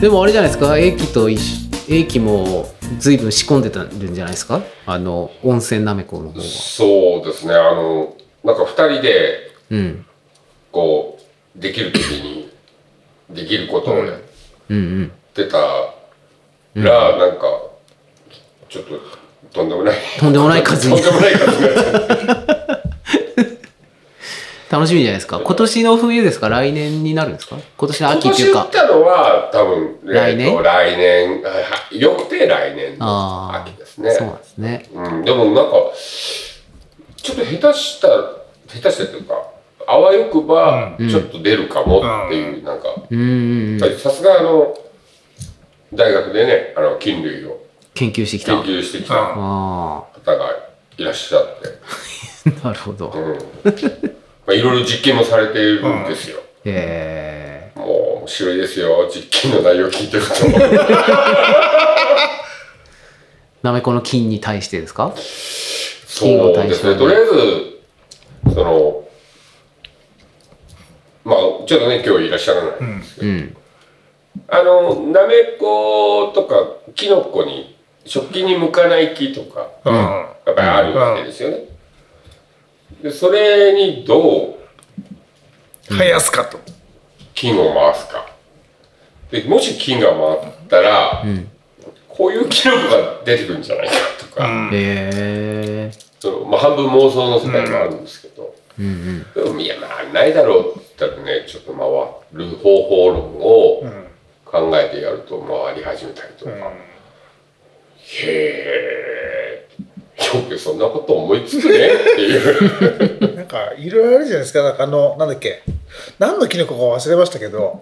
でもあれじゃないですか駅と一緒駅もずいぶん仕込んでたんじゃないですかあの温泉なめこの方はそうですねあのなんか2人でうんこうできる時にできることをやっうんうんてたら、なんかちょっととんでもないとんでもない数とんにでもない数になっちゃう楽しみじゃないですか今年の冬ですか来年になるんですか今年の今 秋って年いう打かったのは多分来年えーと来年はいはいよくて来年のああ秋ですねそうなんですねうん、でもなんかちょっと下手した下手したというかあわよくばちょっと出るかもっていう、なんかうんうんうんさすがあの大学でねあの菌類を研究してきた研あ究してきたあ方がいらっしゃって、ー なるほどうんまあ、いろいろ実験もされているんですよ、えもう面白いですよ実験の内容聞いて るとー、なめこの菌に対してですか菌そをう対で象すにねとりあえずそのまあちょっとね今日いらっしゃらない、うんあのなめことかきのこに食器に向かない木とかうんやっぱりあるわけですよね、でそれにどう生やすかと。金を回すかでもし金が回ったら、こういう記録が出てくるんじゃないかとか、えー、そのまあ、半分妄想の世界もあるんですけど、でもいやまあないだろうって言ったらねちょっと回る方法論を考えてやると回り始めたりとか、へえよくそんなこと思いつくねって いうなんかいろいろあるじゃないですか。なんかあのなんだっけ、何のキノコか忘れましたけど、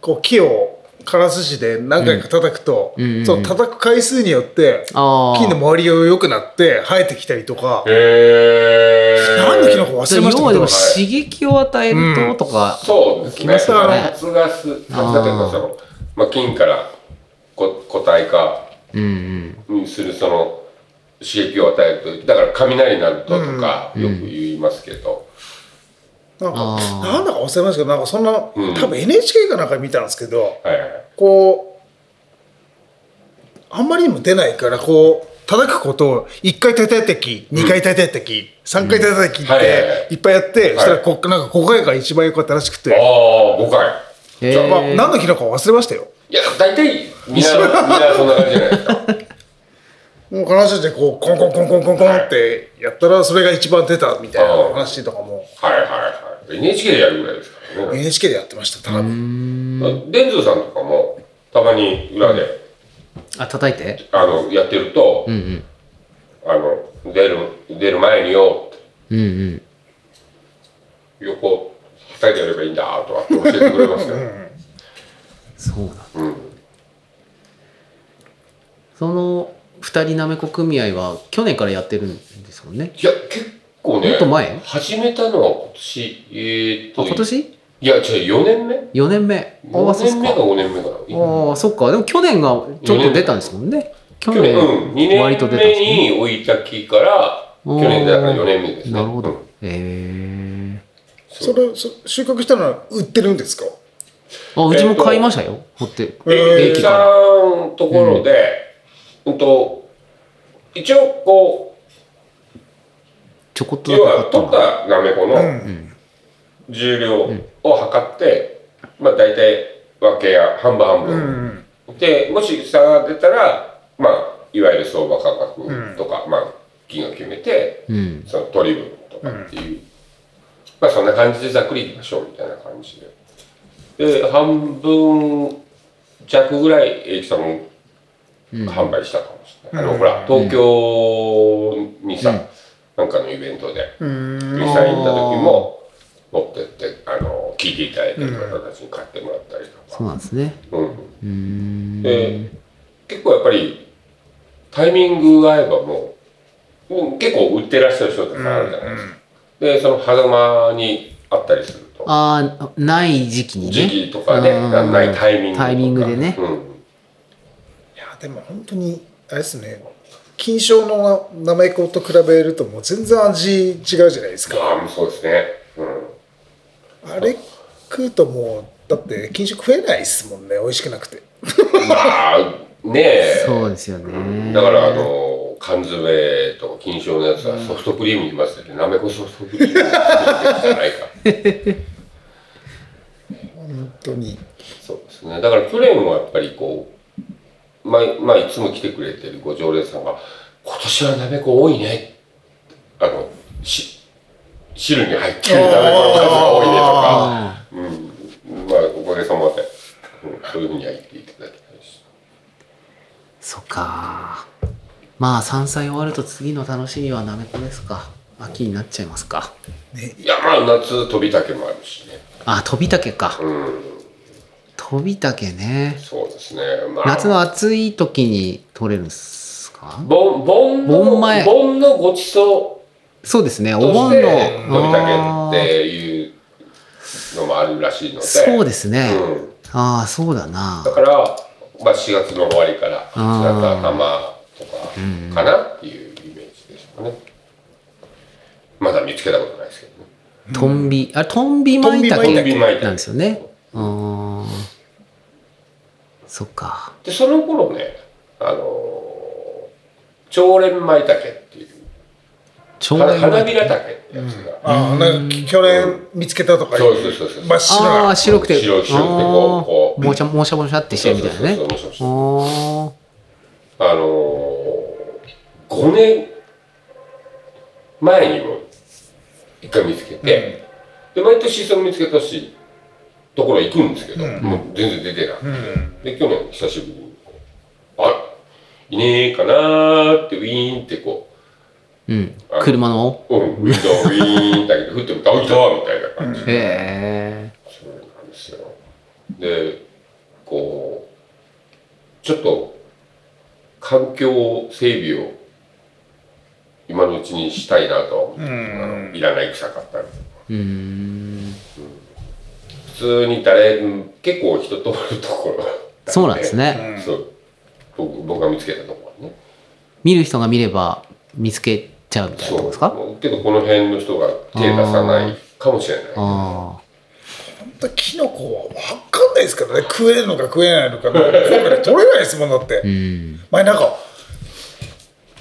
こう木をカラス紙で何回か叩くと、んうんうんその叩く回数によってあー木の周りが良くなって生えてきたりとか、へえ何のキノコか忘それれまし要たはけでども、刺激を与えるととか、そうです来ね。ますよね夏ガス、夏あーガスというかその、まあ、菌からこ個体化うんうんにするその刺激を与えると、だから雷鳴るととかよく言いますけど、なんかあーなんだか忘れましたけど、なんかそんなうん多分 NHK かなんか見たんですけど。はいはい。こうあんまりにも出ないからこう叩くことを1回叩いたき2回叩いたき、3回叩いたきっはいはいはていいっぱいやって、いそしたらこなんか5回が一番良かったらしくて、ああ、誤解。えじゃあまあ、ー何の日のか忘れましたよいや、大体みんな、みんなそんな感じじゃないですか。もうこの話でこうコンコンコンコンコンコンってやったらそれが一番出たみたいなあー話とかもはいはいはい。NHK でやるぐらいですからね。 NHK でやってました多分デンズーさんとかも、たまに裏で、あ叩いてあの、やってると、うんあの、出る、出る前によって、うんうんうん横叩いてやればいいんだとかって教えてくれますよ、そうなんだうん、その二人なめこ組合は去年からやってるんですもんねいや結構ねもっと前始めたのは今年えー、っあと今年いや違う4年目4年目ああ4そっ年目かか5年目かなああそっかでも去年がちょっと出たんですもんね去去年年、うん、割と2出年たんです目に置いた木から去おー年だから4年目ですねなるほうんどえそれそ収穫したのは売ってるんですかえあうちも買いましたよ掘ってえーえ駅ー、かさらんところで、うんと一応こちょこっうとだけ要買はったの取っがたなめこうのん重量を測って、まあ大体分けや半分半う分、んでもし差が出たら、まあ、いわゆる相場価格とか、まあ、金を決めてうんその取り分とかっていう、まあそんな感じでざっくりいきましょうみたいな感じでで半分弱ぐらい英樹さんも販売したかもしれない、あのほら東京にさ、なんかのイベントでうん実際に行った時も持ってってあの聞いていただいてる方たちに買ってもらったりとか。そうなんですねうん、で結構やっぱりタイミングが合えばもうもう結構売ってらっしゃる人とかあるじゃないですか、でその狭間にあったりするとああない時期にね時期とかねうんないタイミングとかタイミングでねうん、いやでも本当にあれですね金賞のなめこと比べるともう全然味違うじゃないですかああそうですね、うん、あれ食うともだって金食食えないですもんね美味しくなくてまあねえそうですよねだからあの缶詰とか金賞のやつはソフトクリームに混ぜてなめこソフトクリームじゃないか本当にそうですねだから去年はやっぱりこうまあ、まあ、いつも来てくれてるご常連さんが「今年はなめこ多いね」あのし汁に入ってるなめこの数が多いねとか、あうん、まあおかげさまで、うん、そういうふうには言っていただきたいしーそっかまあ山菜終わると次の楽しみはなめこですか秋になっちゃいますかいやまあ夏飛びたけもあるしねあ飛びたけかうん飛びたけねそうですねまあ夏の暑い時に取れるんですか盆盆の盆前盆のごちそそうですねうおとし盆てののびあたけっーていうのもあるらしいのでそうですね、うんああそうだなだから、まあ、4月の終わりからあ8ー月頭とかかなっていうイメージでしょうかねまだ見つけたことないですけどねトンビあれトンビマイタトンビ舞茸ケなんですよねうーんそっかでその頃ねあのー長連舞茸っていう長花年花前びら茸ってやつが、ああなんか去年見つけたとかそうそうそうそう真っ白あなあ白くて白い白くてこうこあーもしゃもしゃもしゃってしてるみたいなねそうそうそうそうあーあのー、5年前にも一回見つけて、で毎年その見つけたしところ行くんですけど、もう全然出てない、で去年久しぶりにこうあらいねえかなーってウィーンってこうんあの車のう、うん、ウィンドウウィーンだけど降ってもダウンターみたいな感じ、へえそうなんですよでこうちょっと環境整備を今のうちにしたいなとは思ってるあのいらない臭かったりうーん普通に誰うん結構人通るところだったでそうなんですねそう僕僕が見つけたところはね見る人が見れば見つけちゃうみたいなとこですかそうけどこの辺の人が手出さないかもしれないあ本当キノコは分かんないですからね食えるのか食えないのか今回取れないですもんだって、あうん前なんか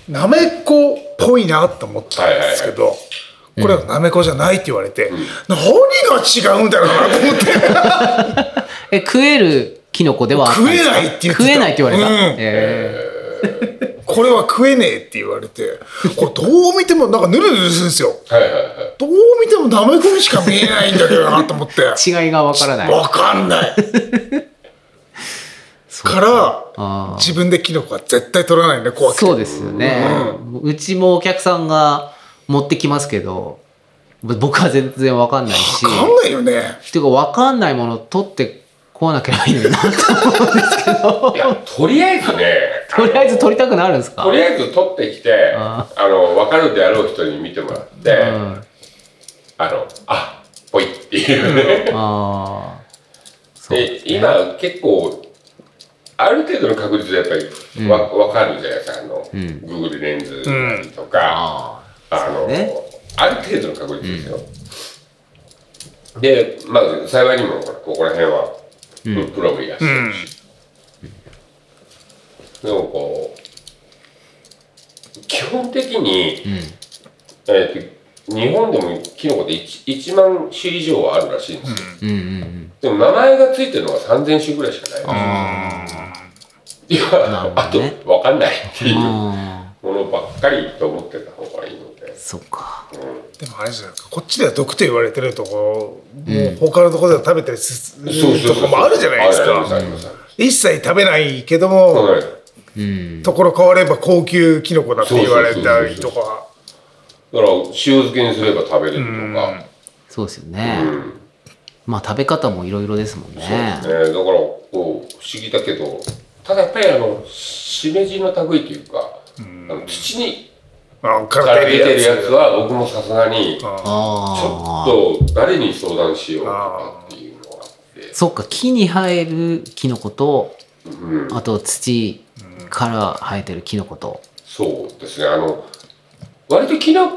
なめこっぽいなと思ったんですけど、これはなめこじゃないって言われて、何が違うんだろうなと 思ってえ食えるキノコではあったん食ですえかないって言ってた食えないって言われた、うんえこれは食えねえって言われてこれどう見てもなんかぬるぬるするんですよはいはいはいどう見てもなめこにしか見えないんだけどなと思って 分ー違いがわからないかんないからあー自分でキノコは絶対取らないんで怖くてそうですよね、うちもお客さんが持ってきますけどぼ僕は全然わかんないし分かんないよねっていうかわかんないもの取ってこなきゃいいのになと 思うんですけど いやとりあえずねとりあえず取りたくなるんですかとりあえず取ってきてああの分かるであろう人に見てもらって、うん、あのあぽいっていうあーそうで今結構ある程度の確率でやっぱりわ、分かるじゃないですかあの、Google レンズなりとか、ああのそうねある程度の確率ですよ、でまあ幸いにもほらここら辺は、プロもいらっしゃるし、でもこう基本的に、ー、うん、えーと日本でもキノコで 1, 1万種以上はあるらしいんですよ、うんうんうんでも名前がついてるのが3000種ぐらいしかないいや、なるあほとどね分かんないっていうもあのばっかりと思ってた方がいいのでーそっかでもあれじゃないですかこっちでは毒と言われてるとこもう他のとこでは食べたりするとこもあるじゃないですありますあかりますあります一切食べないけども、はいうんところ変われば高級キノコだって言われたりとかだから塩漬けにすれば食べれるとか、そうですよね、うんまあ食べ方もいろいろですもんねねだからこう不思議だけどただやっぱりあのしめじの類というか、あの土にあから出体てにるやつは僕もさすがにちょっああと誰に相談しようかなっていうのがあってそっか木に生えるキノコとうん、あと土から生えてるキノコとそうですねあの割とキノ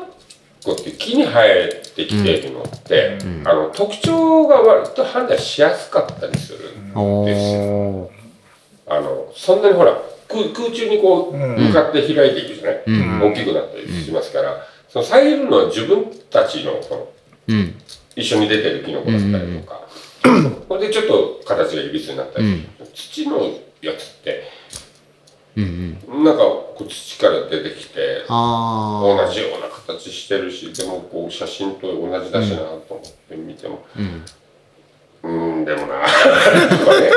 コって木に生えてきてるのって、あの特徴が割と判断しやすかったりするんおですよ。ーあのそんなにほら空空中にこううん向かって開いていくじゃない、うん大きくなったりしますから、その遮るのは自分たちのそのうん一緒に出てるキノコだったりとか、これでちょっと形がいびつになったり、土のやつってうんうんなんかこう土から出てきて同ああじような形してるしでもこう写真と同じだしなと思って見てもうんうーんでもな とかね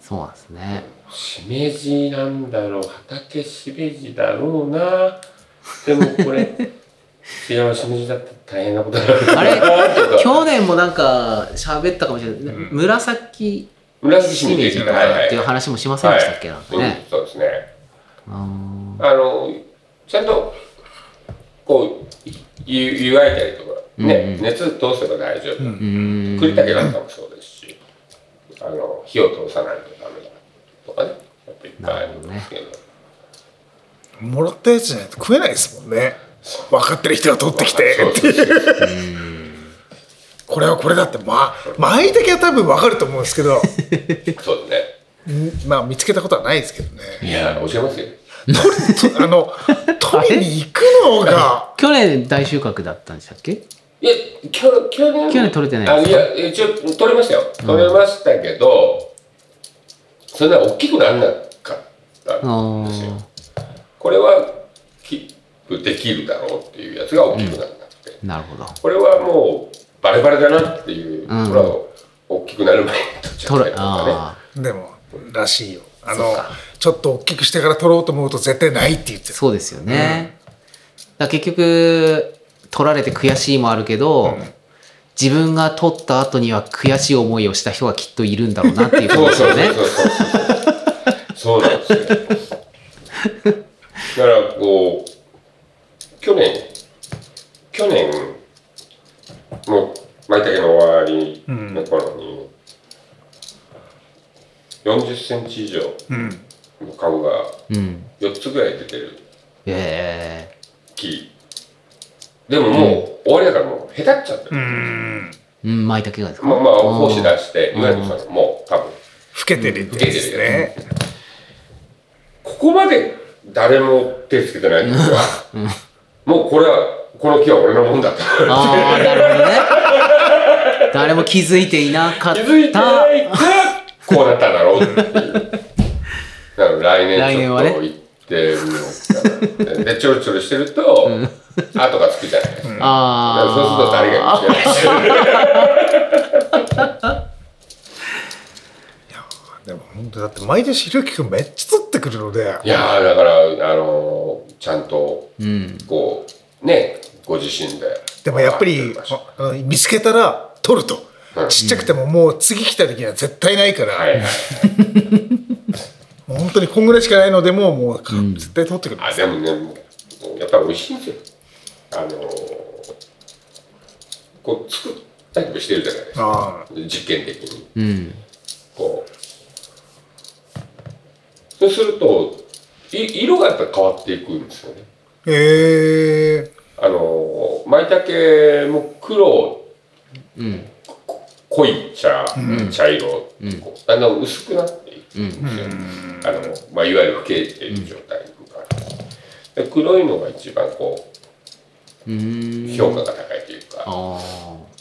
そうなんですねしめじなんだろう畑しめじだろうなでもこ れ違うしめじだったら大変なことになるあれと か去年もなんか喋ったかもしれない、紫紫ししめめじじととかかっていう話もしませんでしたっけ、なんかはいねうん、そうですねああのちゃんとこうゆ湯がいたりとかね、うんうん熱通せば大丈夫、ーうーん栗竹なんかもそうですし、あの火を通さないとダメだとかね、やっぱいっぱいあるんですけ ど、もらったやつじゃないと食えないですもんね分かってる人が取ってきてそうそうそう これはこれだってままあいたけは多分分かると思うんですけどそうでんまあ見つけたことはないですけどねすね。いや教えますよ。取りとあの取りに行くのが去年大収穫だったんでしたっけいや去去年去年取れてないあいや一応取れましたよ。取れましたけど、それな大きくならなかったんですよあー。これはキープできるだろうっていうやつが大きくならなくて、なるほどこれはもうバレバレだなっていう、うんこれは大きくなる前に取っちゃっ取たれりとかね。あでもらしいよあのちょっと大きくしてから取ろうと思うと絶対ないって言ってあるそうですよね、だから結局取られて悔しいもあるけど、自分が取った後には悔しい思いをした人がきっといるんだろうなっていうことそうですそよねうそうそうそう。そうなんですよ。だからこう去年去年の舞茸の終わりの頃に、40センチ以上うんの株がうん4つぐらい出てるえ木。でももう終わりだからもう下手っちゃってうる。んえー、うん舞茸がですかまあまあうん胞子出して岩野さんもう多分老けてるってやつですねここまで誰も手つけてない時は、もうこれは、この木は俺のもんだと。 ああなるほどね誰も気づいていなかっ気たづいてないから、こうなったんだろうっていう。だから来来年ち年ょはっねと行ってみようかな。で、ちょろちょろしてると、後がつくじゃないですか。だからそうすると誰がああ来てないでも本当だって毎年ひろゆきくんめっちゃ取ってくるのでいやー、だから、あのーちゃんと、うんこう、ね、ご自身で。でもやっぱりあの見つけたら取るとうんちっちゃくてももう次来た時には絶対ないから、はいはい。もう本当にこんぐらいしかないのでもうもう絶対取ってくる、あでもねやっぱり美味しいんですよあのーこう作ったりもしてるじゃないですかあ実験的うにんこうそうするとい色がやっぱり変わっていくんですよねあへえあのー舞茸も黒うん濃い茶、茶色、こうだんだん薄くなっていくんですよ、あのまあ、いわゆる老けている状態に向かうで黒いのが一番こううーん評価が高いというか、あ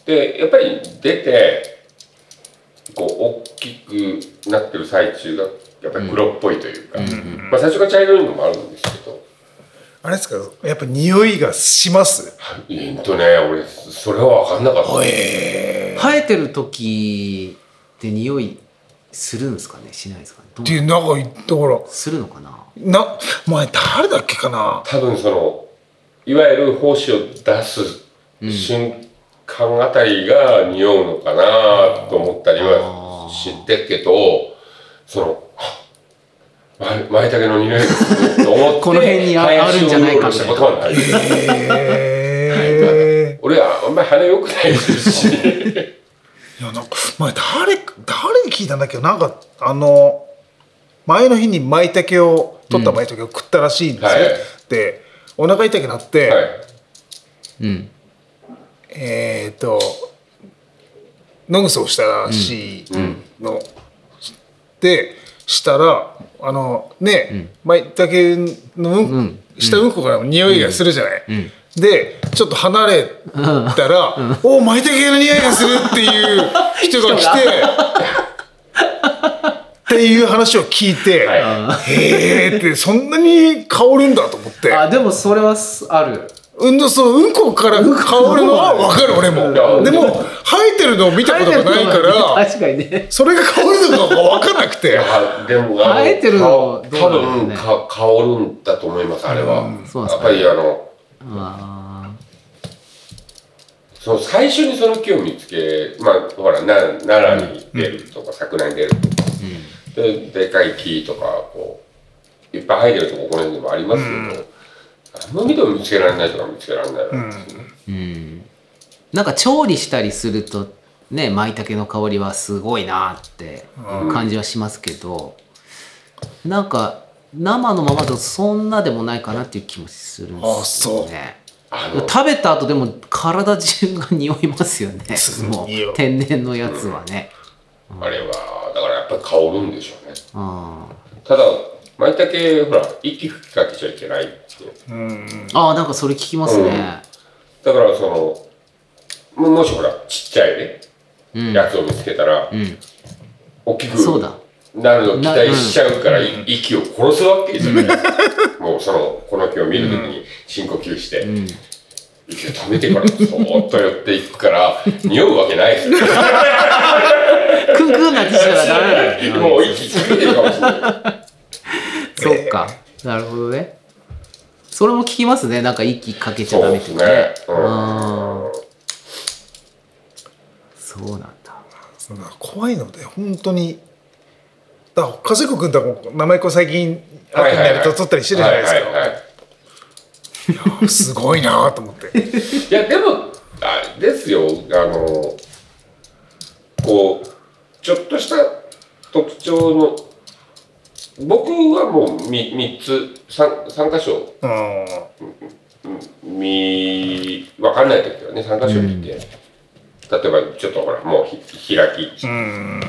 でやっぱり出てこう大きくなってる最中がやっぱり黒っぽいというか、まあ、最初が茶色いのもあるんですけどあれですかやっぱ匂いがしますえーっとね俺それは分かんなかったえあ生えてる時って匂いするんですかねしないですかねどうってなんか言ったからするのかなな前誰だっけかな多分そのいわゆる胞子を出す瞬間あたりが匂うのかなと思ったりはしてるけどそのま舞茸の匂いだと思って この辺にああるんじゃないか林をうろうろしたことはないへえ俺はあんまり鼻良くないですしいやなんか前誰誰に聞いたんだっけどなんかあの前の日に舞茸を取った舞茸を食ったらしいんですはいね、でお腹痛くなって、はいうん。えっ、とノグソをしたらしいの、でしたらあのねまいたけのうん、うん下うんこからも匂いがするじゃない、んでちょっと離れたら「おまいたけの匂いがする」っていう人が来てっていう話を聞いて、はへえってそんなに香るんだと思ってあ、でもそれはすある。うんとそううんこから香るのは分かる俺もうんでも生えてるのを見たことがないから 確かにね。それが香るのかが分かんなくてあでもあ生えてるのかど多うなんだろう分ねか香るんだと思いますあれは、そうなんですかやっぱりあのあその最初にその木を見つけまあほらな奈良に出るとか、桜に出るとか、ででかい木とかこういっぱい生えてるとここの辺にもありますけど、あんま見ても見つけられないとか見つけられないわけですね、ーうん。なんか調理したりすると、ね、舞茸の香りはすごいなって感じはしますけど、なんか生のままだとそんなでもないかなっていう気もするんですよね。あの食べた後でも体中が匂いますよね。も匂うう天然のやつはね。あれはだからやっぱり香るんでしょうねあただ舞茸ほら息吹きかけちゃいけないっていうあー、なんかそれ聞きますね。だからそのももしほらちっちゃいね、うんやつを見つけたら、ん大きくそうだなるのを期待しちゃうから、い息を殺すわけじゃないですか、 もうそのこの木を見るときに深呼吸して、息を止めてからそーっと寄っていくから 匂うわけないですよクンクンなってしたらダメだよ。もう息ついてるかもしれないそっか。なるほどね。それも聞きますね。なんか息か けちゃそダうメでとすかねね。、うん、そうなんだ。そんな怖いので本当にだから和彦君とかも名前こう最近秋になると撮ったりしてるじゃないですはいはいはいかいやすごいなと思っていやでもあれですよあのこうちょっとした特徴の僕はもう 3, 三つ三三箇所うん見分かんない時はね3箇所見て、例えばちょっとほらもうひ開き、うん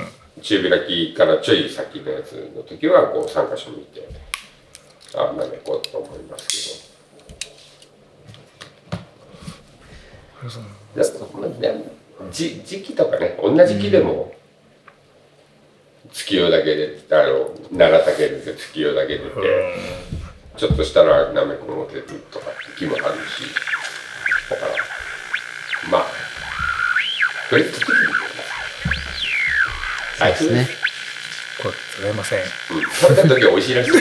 中開きからちょい先のやつの時はこう3箇所見てあなめこうと思いますけど。だからまあねじ時期とかね同じ木でも月夜だけであの奈良竹で月夜だけでてちょっとしたらなめこの出てるとかって木もあるしだからまあとりあえず取ってくるあいつね。これ取れません食べた時は美味しいらしい。